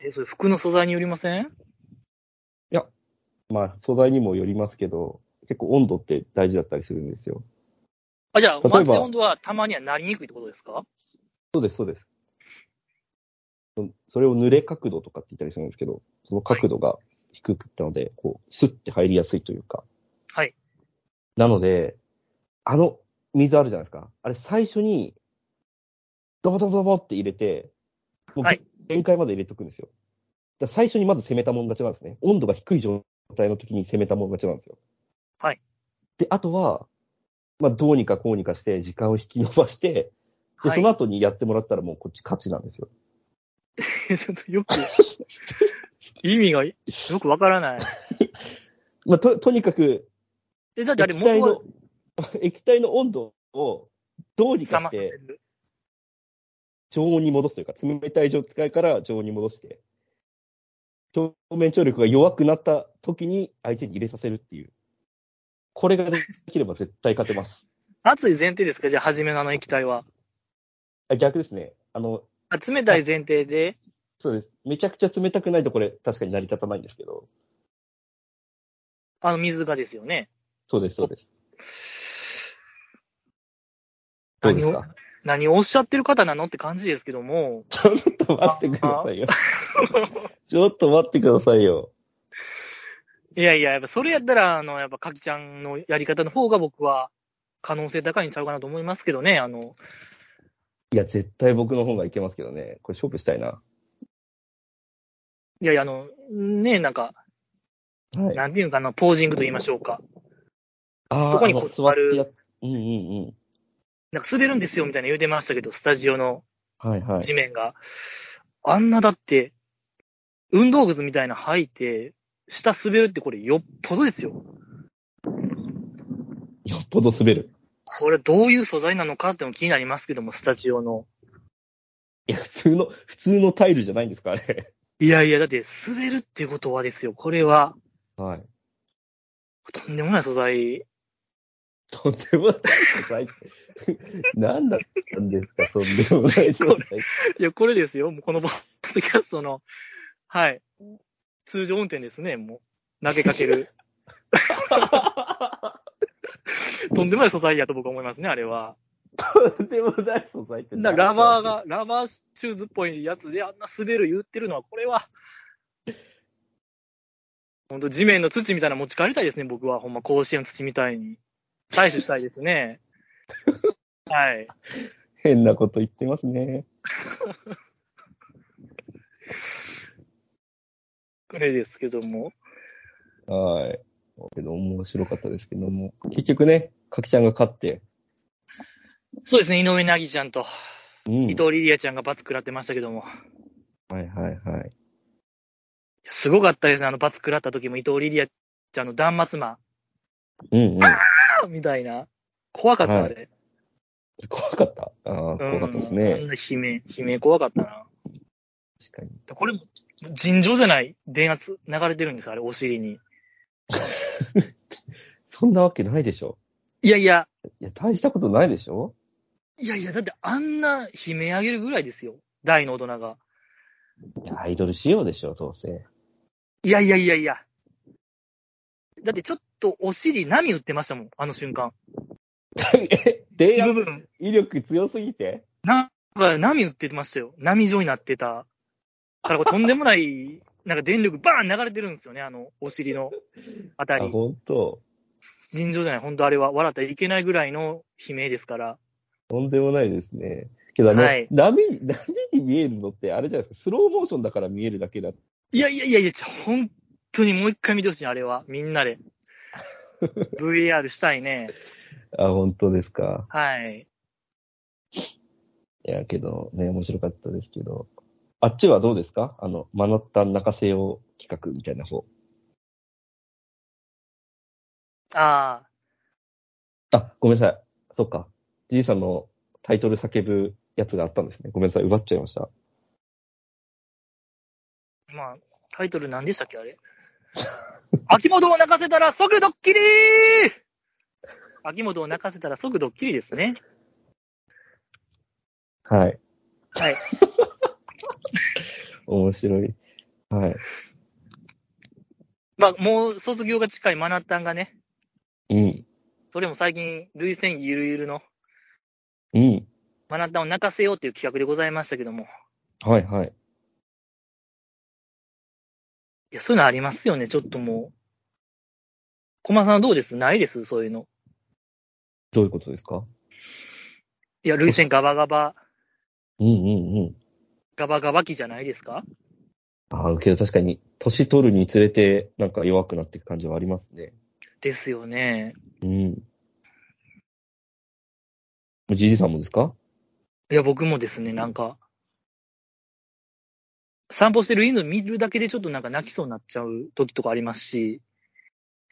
え、それ服の素材によりませんまあ、素材にもよりますけど、結構温度って大事だったりするんですよ。あ、じゃあ、ばマジで温度はたまにはなりにくいってことですかそうです、そうです。そそれを濡れ角度とかって言ったりするんですけど、その角度が低くったので、こう、スッて入りやすいというか。はい。なので、あの水あるじゃないですか。あれ最初に、ドボドボドボって入れて、もうはい限界まで入れとくんですよ。だから最初にまず攻めたもん勝ちなんですね。温度が低い状態の時に攻めたもん勝ちなんですよ。はい。で、あとは、まあ、どうにかこうにかして、時間を引き伸ばして、で、はそいの。後にやってもらったらもうこっち勝ちなんですよ。 ちょっとよく、意味がよくわからない。まあ、と、とにかく、え、だってあれ液元は体の、 液体の温度をどうにか冷ましされて、る常温に戻すというか、冷たい状態から常温に戻して、表面張力が弱くなった時に相手に入れさせるっていう。これができれば絶対勝てます。熱い前提ですかじゃあ、初めのあの液体は。あ逆ですね。あの、あ冷たい前提で、そうです。めちゃくちゃ冷たくないとこれ確かに成り立たないんですけど。あの水がですよね。そうです、そうです。どう何ですをか、何をおっしゃってる方なのって感じですけども、ちょっと待ってくださいよ。ちょっと待ってくださいよ。いやいや、やっぱそれやったら、あの、やっぱ、かきちゃんのやり方の方が僕は可能性高いんちゃうかなと思いますけどね、あの、いや、絶対僕の方がいけますけどね。これ勝負したいな。いやいや、あの、ねえ、なんか、はい。なんていうのかな、ポージングと言いましょうか。あーそこにこうあの座ってやっうんうんうん。なんか滑るんですよ、みたいな言うてましたけど、スタジオのはいはい。地面が。あんなだって、運動靴みたいなの履いて、下滑るってこれよっぽどですよ。よっぽど滑る。これどういう素材なのかってのも気になりますけども、スタジオの。いや、普通の、普通のタイルじゃないんですか、あれ。いやいや、だって滑るっていうことはですよ、これは、はい。とんでもない素材。とんでもない 素材。何だったんですか、とんでもない素こ材。いや、これですよ、もうこのポッドキャストの、はい、通常運転ですね、もう。投げかけ る。とんでもない素材やと僕は思いますね、あれは。とんでもない素材ってだラバー。が、ラバーシューズっぽいやつであんな滑る言ってるのは、これは、本当地面の土みたいなの持ち帰りたいですね、僕は。ほんま、甲子園の土みたいに。採取したいですね。 はい。変なこと言ってますね。これですけども。はい。けど面白かったですけども。結局ね、かきちゃんが勝って、そうですね、井上凪ちゃんと、うん。伊藤リリアちゃんが罰食らってましたけども。はいはいはい。すごかったですね、あの罰食らった時も伊藤リリアちゃんの断末魔、うんうん。あーみたいな。怖かった、あれ。怖かった。ああ、怖かったですうんあねん。な悲鳴、悲鳴怖かったな。確かに。これも、尋常じゃない電圧流れてるんです、あれ、お尻に。そんなわけないでしょ。いやいや、いや、大したことないでしょいやいや、だってあんな悲鳴上げるぐらいですよ。大の大人が。いや、アイドル仕様でしょ、どうせ。 いやいやいやいや。だってちょっとお尻波打ってましたもん、あの瞬間。え、電部圧分。威力強すぎてなんか波打ってましたよ。波状になってた。からこれとんでもない、 なんか電力バーン流れてるんですよね、あの、お尻のあたあ、り。ほんと。尋常じゃない、本当あれは笑ったらいけないぐらいの悲鳴ですから。とんでもないですね。けどあの、はい波、波に見えるのって、あれじゃないですか、スローモーションだから見えるだけだ。いやいやいやいや、ちょ本当にもう一回見てほしい、あれは。みんなで。VAR したいね。あ、本当ですか。はい。いや、けど、ね、面白かったですけど。あっちはどうですかあの、マナッタン中瀬を企画みたいな方。ああ、あ、ごめんなさい。そっか。じいさんのタイトル叫ぶやつがあったんですね。ごめんなさい。奪っちゃいました。まあ、タイトル何でしたっけ、あれ。秋元を泣かせたら即ドッキリ秋元を泣かせたら即ドッキリですね。はい。はい。面白い。はい。まあ、もう卒業が近いマナッタンがね、うん。それも最近、類戦ゆるゆるのうん。マナッタンを泣かせようという企画でございましたけども。はいはい。いや、そういうのありますよね、ちょっともう。駒さんはどうですないですそういうの。どういうことですかいや、類戦ガバガバ、うんうんうん。ガバガバ期じゃないですかああ、けど確かに、年取るにつれて、なんか弱くなっていく感じはありますね。ですよね。うん。じじさんもですかいや、僕もですね、なんか、散歩してる犬見るだけでちょっとなんか泣きそうになっちゃう時とかありますし、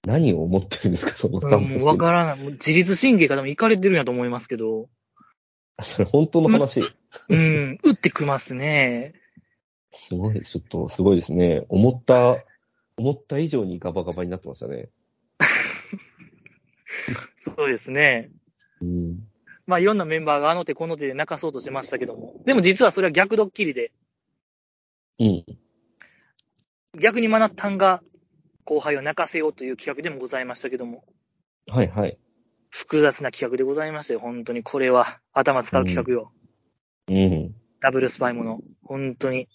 何を思ってるんですか そのうんもうわる。からない。もう自律神経が多分いかれてるんやと思いますけど、それ本当の話。 うん、打ってくますね。すごい、ちょっとすごいですね。思った、思った以上にガバガバになってましたね。そうですね。うん。まあいろんなメンバーがあの手この手で泣かそうとしてましたけども、でも実はそれは逆ドッキリで、うん。逆にマナッタンが後輩を泣かせようという企画でもございましたけども、はいはい。複雑な企画でございましたよ。本当にこれは頭使う企画よ。うん。ダブルスパイもの。本当に。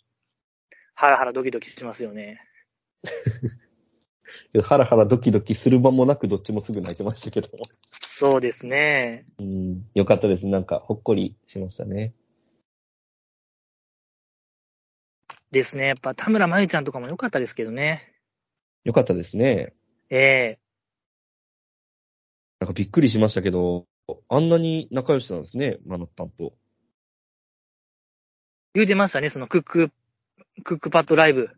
ハラハラドキドキしますよね。ハラハラドキドキする間もなくどっちもすぐ泣いてましたけど。そうですね。うん。よかったです。なんか、ほっこりしましたね。ですね。やっぱ田村真由ちゃんとかも良かったですけどね。よかったですね。ええなんかびっくりしましたけど、あんなに仲良しなんですね、マナッタンと。言うてましたね。そのクック、クックパッドライブ。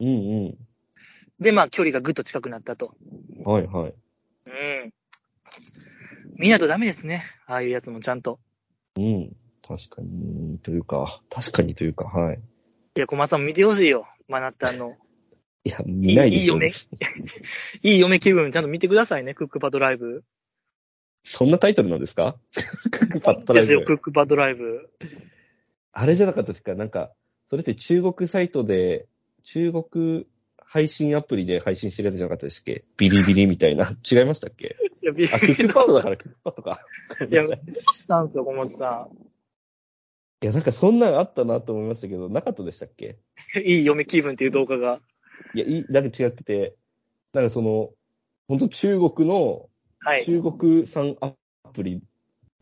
うんで、まあ距離がぐっと近くなったと。うん。はいはい。うん。見ないとダメですね。ああいうやつもちゃんと。うん。確かに、というか、確かにというか、はい。いや、小松さんも見てほしいよ。マナタンの。いや、見ないいいいでいしょ。嫁いい嫁気分ちゃんと見てくださいね、クックパドライブ。そんなタイトルなんです かクックパッドでライすよ、ブ。クックパドライブ。あれじゃなかったですかなんか、それって中国サイトで、中国配信アプリで配信してるやつじゃなかったでしたっけビリビリみたいな。違いましたっけいや、びっあ、くクッりクパッドだからクックパッドか。いや、びっくりしたんですよ、小松さいや、なんかそんなんあったなと思いましたけど、なかったでしたっけん。いい嫁気分っていう動画が。いや、いい、なんか違ってて、なんかその、本当中国の、はい。中国産アプリ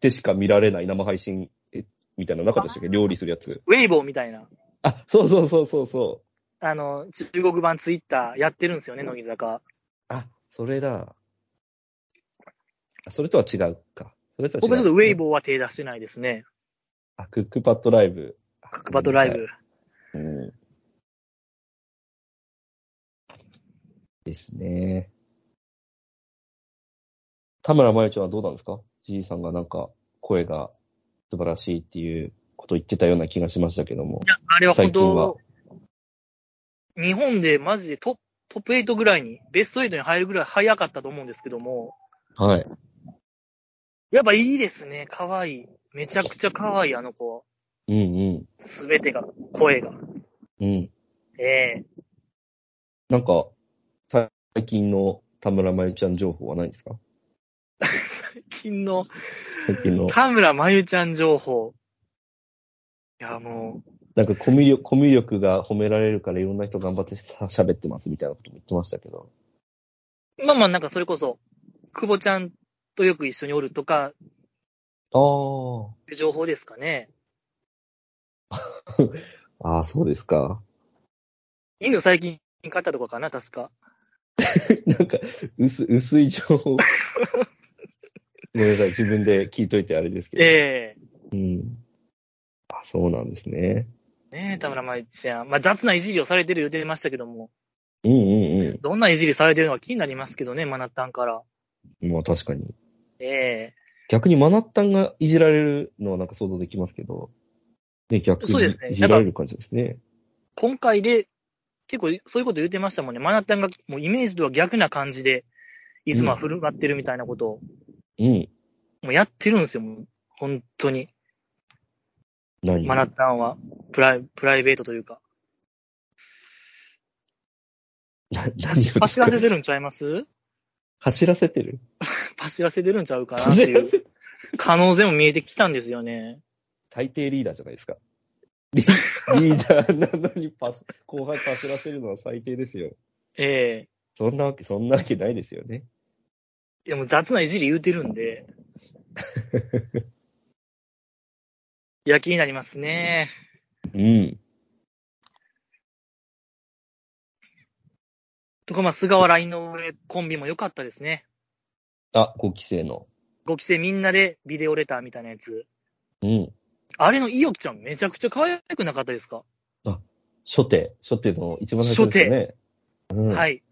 でしか見られない生配信えみたいなのなかったでしたっけ料理するやつ。ウェイボーみたいな。あ、そうそうそうそうそう。あの、中国版ツイッターやってるんですよね、乃木坂。あ、それだ。あそれとは違うか。それとは違う。僕ちょっとウェイボーは手出してないですね。あ、クックパッドライブ。クックパドライブ。ブ。うんですね。田村真由ちゃんはどうなんですかじいさんがなんか声が素晴らしいっていうことを言ってたような気がしましたけどもい。や、あれは本最近は当、日本でマジでトップ、トップ8ぐらいに、ベスト8に入るぐらい早かったと思うんですけども、はい。やっぱいいですね、可愛いめちゃくちゃ可愛いあの子。うんすべてが、声が。うん。うん。ええなんか、最近の田村真由ちゃん情報はないですか最近の最近の。田村真由ちゃん情報。いや、もう、なんかコミュ力、コミュ力が褒められるからいろんな人頑張ってさ喋ってますみたいなことも言ってましたけど。まあまあなんかそれこそ、久保ちゃんとよく一緒におるとか、あ情報ですかね。あ。ああ、そうですか。犬最近買ったとかかな、確か。なんか、薄、薄い情報。ごめんなさい、自分で聞いといてあれですけど。ええうん。あ、そうなんですね。ねえ、田村真由ちゃん。まあ、雑ないじりをされてる言ってましたけども、うんうんどんないじりされてるのか気になりますけどね、マナッタンから。うん。まあ確かに。え逆にマナッタンがいじられるのはなんか想像できますけど、ね、逆そうにですねいじられる感じですね。今回で、結構そういうこと言ってましたもんね。マナッタンがもうイメージとは逆な感じで、いつもは振る舞ってるみたいなことを、うん。もうやってるんですよ、もう。本当に。何マナッタンは、プライ、プライベートというか。な何を走らせてるんちゃいます走らせてる走らせてるんちゃうかなっていう可能性も見えてきたんですよね。最低リーダーじゃないですか。リリーダーなのにパス、後輩走らせるのは最低ですよ。ええそんなわけ、そんなわけないですよね。いや、もう雑ないじり言うてるん で。いや、気になりますね。うん。とか、まあ、菅原井上コンビも良かったですね。あ、5期生の。 5期生みんなでビデオレターみたいなやつ。うん。あれのいおきちゃんめちゃくちゃ可愛くなかったですか、初手。初手の一番最初ですよね。うん、。はいい。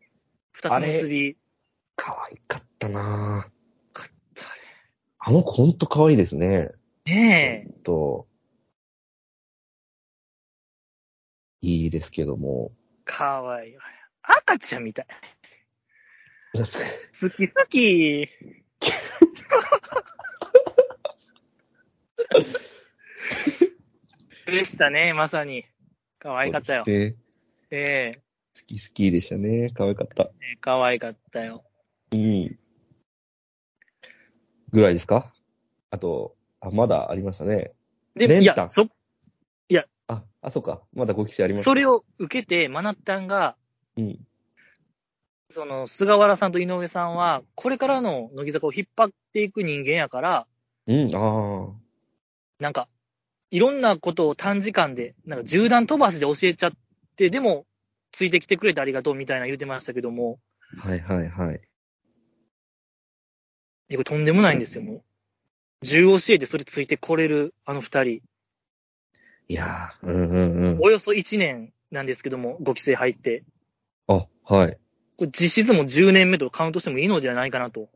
二つ結び。可愛かったなぁああの子ほんと可愛いですね。れねえ。と、いいですけども。可愛い。赤ちゃんみた い。好き好 き。でしたね、まさに。可愛かったよそ。うですねええ好き好きでしたね。可愛かった。ええ可愛かったよ。うん。ぐらいですかあと、あ、まだありましたね。で、レいンや、タンそ、あ、あ、そうか。まだ5期生あります。それを受けて、マナッタンが、うん。その、菅原さんと井上さんは、これからの乃木坂を引っ張っていく人間やから、うん、ああ。なんか、いろんなことを短時間で、なんか、縦断飛ばしで教えちゃって、でも、ついてきてくれてありがとうみたいな言ってましたけども、はいはいはい。いやこれとんでもないんですよ、もう。銃教えてそれついてこれる、あの二人。いやー、うんうんおよそ1年なんですけども、5期生入って。うん。あ、はい。これ実質も10年目とカウントしてもいいのではないかなと。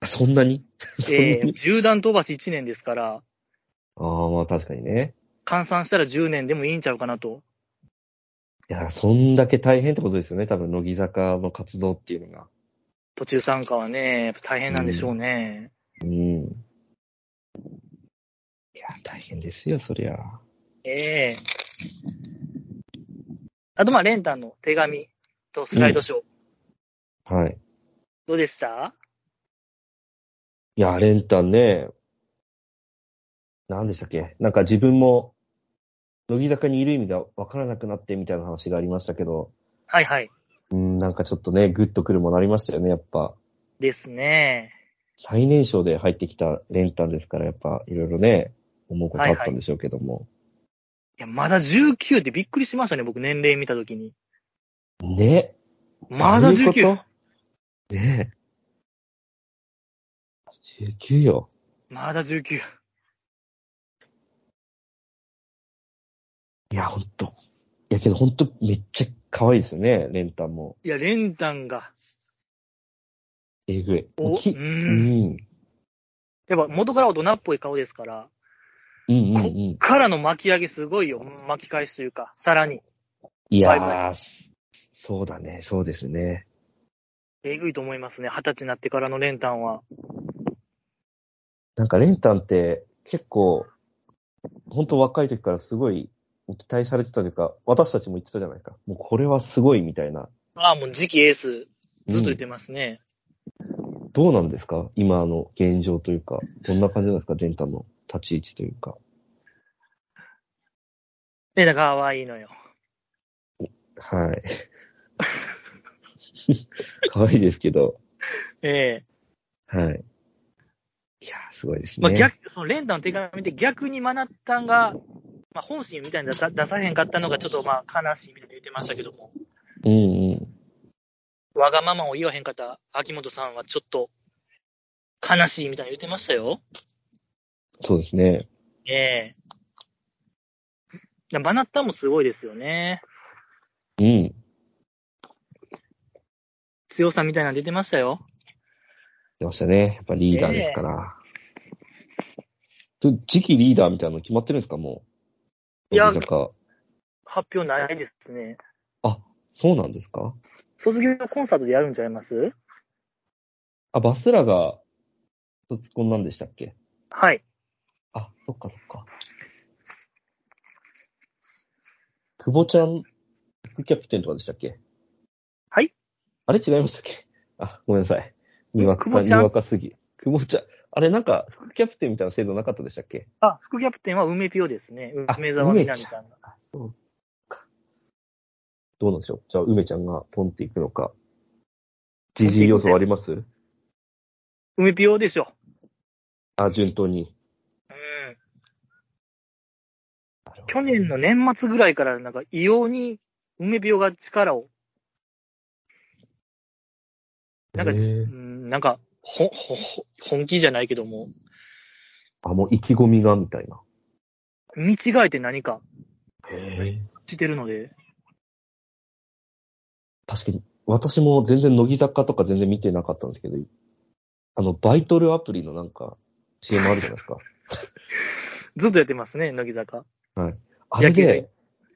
あそんなにそんなえに、ー、銃弾飛ばし1年ですから、ああ、まあ確かにね。換算したら10年でもいいんちゃうかなと。いや、そんだけ大変ってことですよね。多分、乃木坂の活動っていうのが。途中参加はね、やっぱ大変なんでしょうね。うん。いや、大変ですよ、そりゃ。ええあと、まあ、レンタンの手紙とスライドショー。はい。どうでしたいや、レンタンね、何でしたっけなんか自分も、乃木坂にいる意味が分からなくなってみたいな話がありましたけど、はいはい。うん、なんかちょっとね、グッとくるものありましたよね、やっぱ。ですね。最年少で入ってきたレンタンですから、やっぱいろいろね、思うことあったんでしょうけども。いや、まだ19ってびっくりしましたね、僕年齢見たときに。ね。まだどういうこ 19! とねえ。19よ。まだ19。いや、ほんと。いやけどほんとめっちゃ可愛いですよね、レンタンも。いや、レンタンが。えぐい。お、う。きうんん。やっぱ元から大人っぽい顔ですから、うんうんうん。からの巻き上げすごいよ。巻き返しというか、さらに。いやはー、そうだね、そうですね。えぐいと思いますね。二十歳になってからの練炭は。なんかレンタンって結構、ほんと若い時からすごい期待されてたというか、私たちも言ってたじゃないですか。もうこれはすごいみたいな。ああ、もう次期エース、ずっと言っうてますね。んどうなんですか今の現状というか、どんな感じなんですかレンタンの立ち位置というか。レンタン可愛いのよ。はい。 可愛いですけど、ええはい。いやー、すごいですね。まあ、逆、その練炭の手紙で逆にマナッタンが、まあ、本心みたいに出さ出さへんかったのがちょっとまあ悲しいみたいに言ってましたけども。うんうん。わがままを言わへんかった秋元さんはちょっと悲しいみたいに言ってましたよ。そうですね。ええだマナッタンもすごいですよね。うん。強さみたいなの出てましたよ。出ましたね。やっぱリーダーですから。つ次期リーダーみたいなの決まってるんですか、もう。いや乃木坂発表ないですね。そうなんですか卒業コンサートでやるんちゃいますあ、バスラが卒コンなんでしたっけはい。あ、そっかそっか。久保ちゃん、副キャプテンとかでしたっけはいあれ違いましたっけあ、ごめんなさい。にわか、久保ちゃんにわかすぎ。久保ちゃん。あれなんか、副キャプテンみたいな制度なかったでしたっけあ、副キャプテンは梅ピオですね。あ梅沢みなみちゃんが。どうなんでしょうじゃあ、梅ちゃんがポンっていくのか。ジジイ要素はあります梅ピオでしょ。あ、順当に。うん。去年の年末ぐらいからなんか異様に梅ピオが力を、なんかじ、へーうん、なんか、ほ、ほ、ほ本気じゃないけども、あ、もう意気込みが、みたいな。見違えて何かへしてるので、確かに、私も全然乃木坂とか全然見てなかったんですけど、あの、バイトルアプリのなんか、CM あるじゃないですか。ずっとやってますね、乃木坂。あれ 野球で、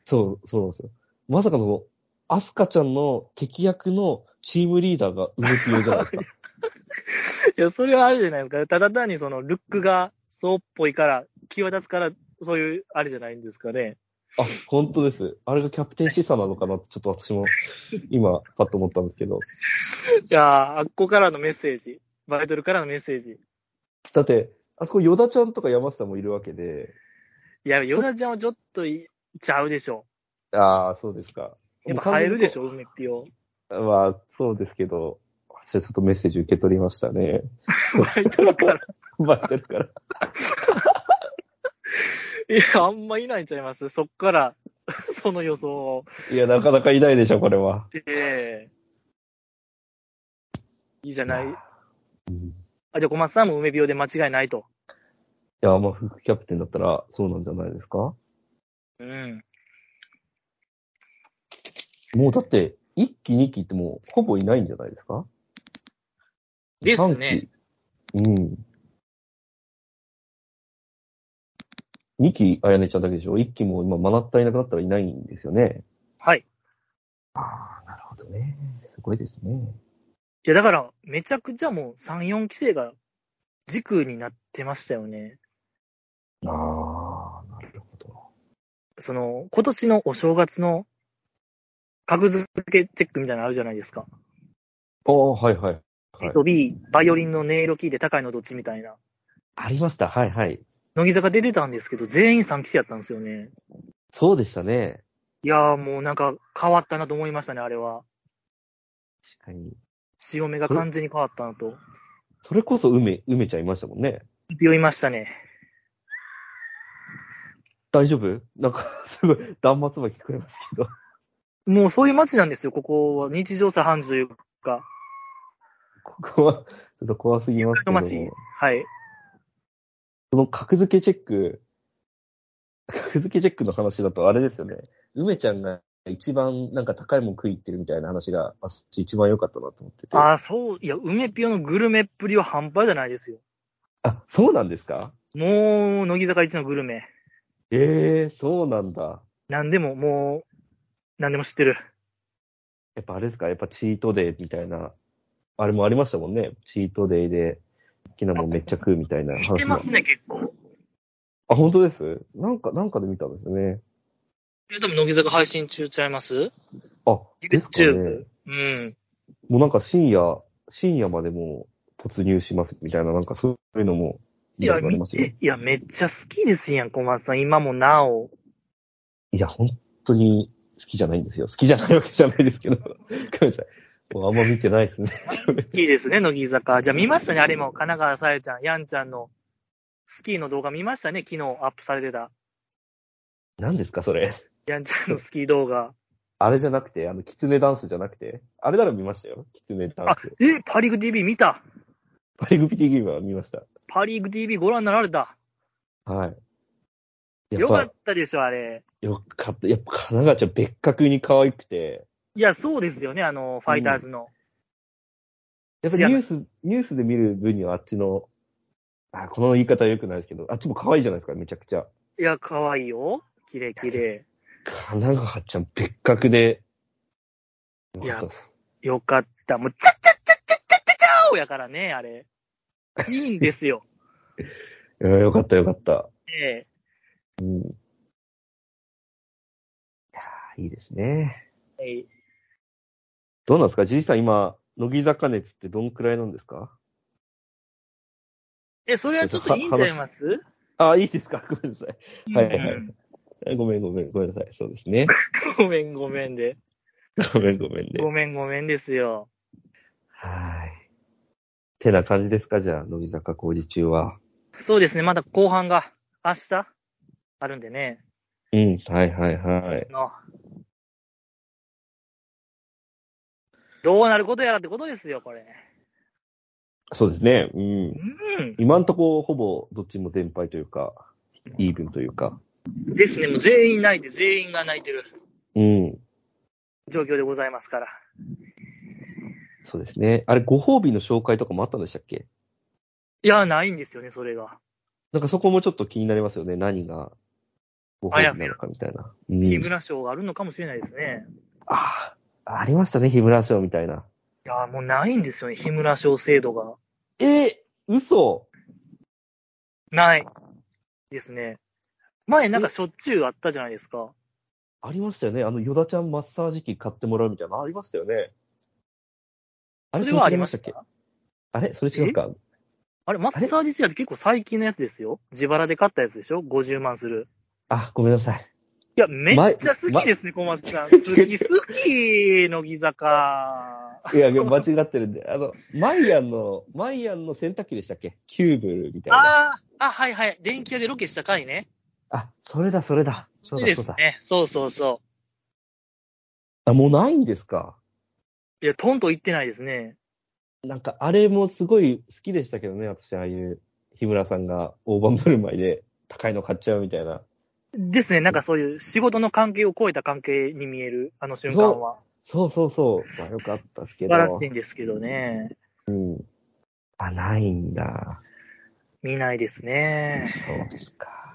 そう、そうなんですよ。まさかの、アスカちゃんの敵役のチームリーダーが梅ピオじゃない ですか。いや、それはあれじゃないですか。ただ単にその、ルックがそうっぽいから、際立つから、そういう、あれじゃないんですかね。あ、本当です。あれがキャプテンシサなのかなって、ちょっと私も今、パッと思ったんですけど。いやー、あっこからのメッセージ。バイトルからのメッセージ。だって、あそこ、ヨダちゃんとか山下もいるわけで、いや、ヨダちゃんはちょっといちゃうでしょ。ああ、そうですか。やっぱ入るでしょょ、梅っぴを。まあ、そうですけど、私はちょっとメッセージ受け取りましたね。 バイトルから。バイトルから。いや、あんまいないんちゃいますそっから、 その予想を。いや、なかなかいないでしょ、これは。ええいいじゃない。うんいあ、じゃあ小松さんも梅病で間違いないと。や、まあ、副キャプテンだったら、そうなんじゃないですかうん。もうだって、1期、2期ってもう、ほぼいないんじゃないですかですね。三期うん。2期、あやねちゃんだけでしょ ?1 期も今、学ったいなくなったらいないんですよね。はい。ああ、なるほどね。すごいですね。いや、だから、めちゃくちゃもう3、4期生が軸になってましたよね。ああ、なるほど。その、今年のお正月の格付けチェックみたいなのあるじゃないですか。ああ、はいはい。はい A と B、バイオリンの音色キーで高いのどっちみたいな。ありました。はいはい。乃木坂出てたんですけど、全員3期生やったんですよね。そうでしたね。いやーもうなんか変わったなと思いましたね、あれは。確かに。潮目が完全に変わったなと。それこそ梅、梅ちゃんいましたもんね。病いましたね。大丈夫なんか、 すごい、断末魔聞こえますけど。 もうそういう街なんですよ、ここは。日常茶飯事というか。ここは、ちょっと怖すぎますけども。夕方の街はい。その格付けチェック、格付けチェックの話だとあれですよね。梅ちゃんが一番なんか高いもん食い行ってるみたいな話が、あ一番良かったなと思ってて。ああ、そう、いや、梅ピオのグルメっぷりは半端じゃないですよ。あ、そうなんですかもう、乃木坂一のグルメ。ええそうなんだ。何でも、もう、何でも知ってる。やっぱあれですかやっぱチートデイみたいな、あれもありましたもんね。チートデイで好きなもんめっちゃ食うみたいな話知もってますね、結構。あ、本当ですなんか、なんかで見たんですよね。いや、でも乃木坂配信中ちゃいますあ、ですかね。 YouTube うん。もうなんか深夜、深夜までもう突入しますみたいな、なんかそういうのも、いや、あり見ますよ。て、いや、めっちゃ好きですやん、小松さん。今もなお。いや、本当に好きじゃないんですよ。好きじゃないわけじゃないですけど。ごめんなさい。もうあんま見てないですね。好きですね、乃木坂。じゃあ見ましたね、あれも。神奈川さゆちゃん、やんちゃんのスキーの動画見ましたね、昨日アップされてた。何ですか、それ。やんちゃんのスキー動画。あれじゃなくて、あの、キツネダンスじゃなくて。あれなら見ましたよ。キツネダンあス。、え、パリグ TV 見たパリグピティギームは見ました。パリグ TV ご覧になられた。はい。やよっかぱっ、たでしょ、あれ。よかった。やっぱ、神奈川ちゃん別格に可愛くて。いや、そうですよね、あの、ファイターズの。やっぱニュース、ニュースで見る分にはあっちの、あ、この言い方は良くないですけど、あっちも可愛いじゃないですか、めちゃくちゃ。いや、可愛いよ。綺麗綺麗。神奈川ちゃん別格で。いやよかったよかった。っすもう、チャッチャッチャッチャッチャッチャッチャーやからね、あれ。いいんですよ。いやよかったよかった。ええうん。いやーいいですね。はいどうなんですかジリさん今、乃木坂熱ってどんくらいなんですかえ、それはちょっといいんちゃいますあ、いいですかごめんなさいはははういんえ。ごめんごめん、ごめんなさい。そうですね。ごめんごめんで。ごめんごめんね。ごめんごめんですよ。はーい。てな感じですかじゃあ、乃木坂工事中は。そうですね、まだ後半が明日あるんでね。うん、はいはいはい。のどうなることやらってことですよ、これ。そうですね。うん。うん。今んとこ、ほぼ、どっちも全敗というか、イーブンというか。ですね、もう全員泣いて、全員が泣いてるうん。状況でございますから。そうですね。あれ、ご褒美の紹介とかもあったんでしたっけいや、ないんですよね、それが。なんかそこもちょっと気になりますよね。何が、ご褒美なのかみたいな。う木ん。村賞があるのかもしれないですね。ああ、ありましたね、日村賞みたいな。いや、もうないんですよね、日村賞制度が。え嘘ない。ですね。前なんかしょっちゅうあったじゃないですか。ありましたよね。あの、ヨダちゃんマッサージ機買ってもらうみたいな。ありましたよね。あそれれはありましたそれ違いあれそれ違うか。あれ、マッサージチェアって結構最近のやつですよ。自腹で買ったやつでしょ ?50 万する。あ、ごめんなさい。いや、めっちゃ好きですね、小松 さん。好き、好き、乃木坂。いや、間違ってるんで。あの、マイアンの、マイアンの洗濯機でしたっけキューブルみたいな。ああ、あ、はいはい。電気屋でロケした回ね。あ、それだ、それだ。そうですだ、そうだ。ね。そうそうそあ、もうないんですかう。いや、トンと言ってないですね。なんか、あれもすごい好きでしたけどね、私、ああいう、日村さんが大盤振る舞いで高いの買っちゃうみたいな。ですね。なんかそういう仕事の関係を超えた関係に見える、あの瞬間は。そうそうそう。まあ、よくあったですけ素ど晴。らしいんですけどね。あ、ないんだ。見ないですね。そうですか。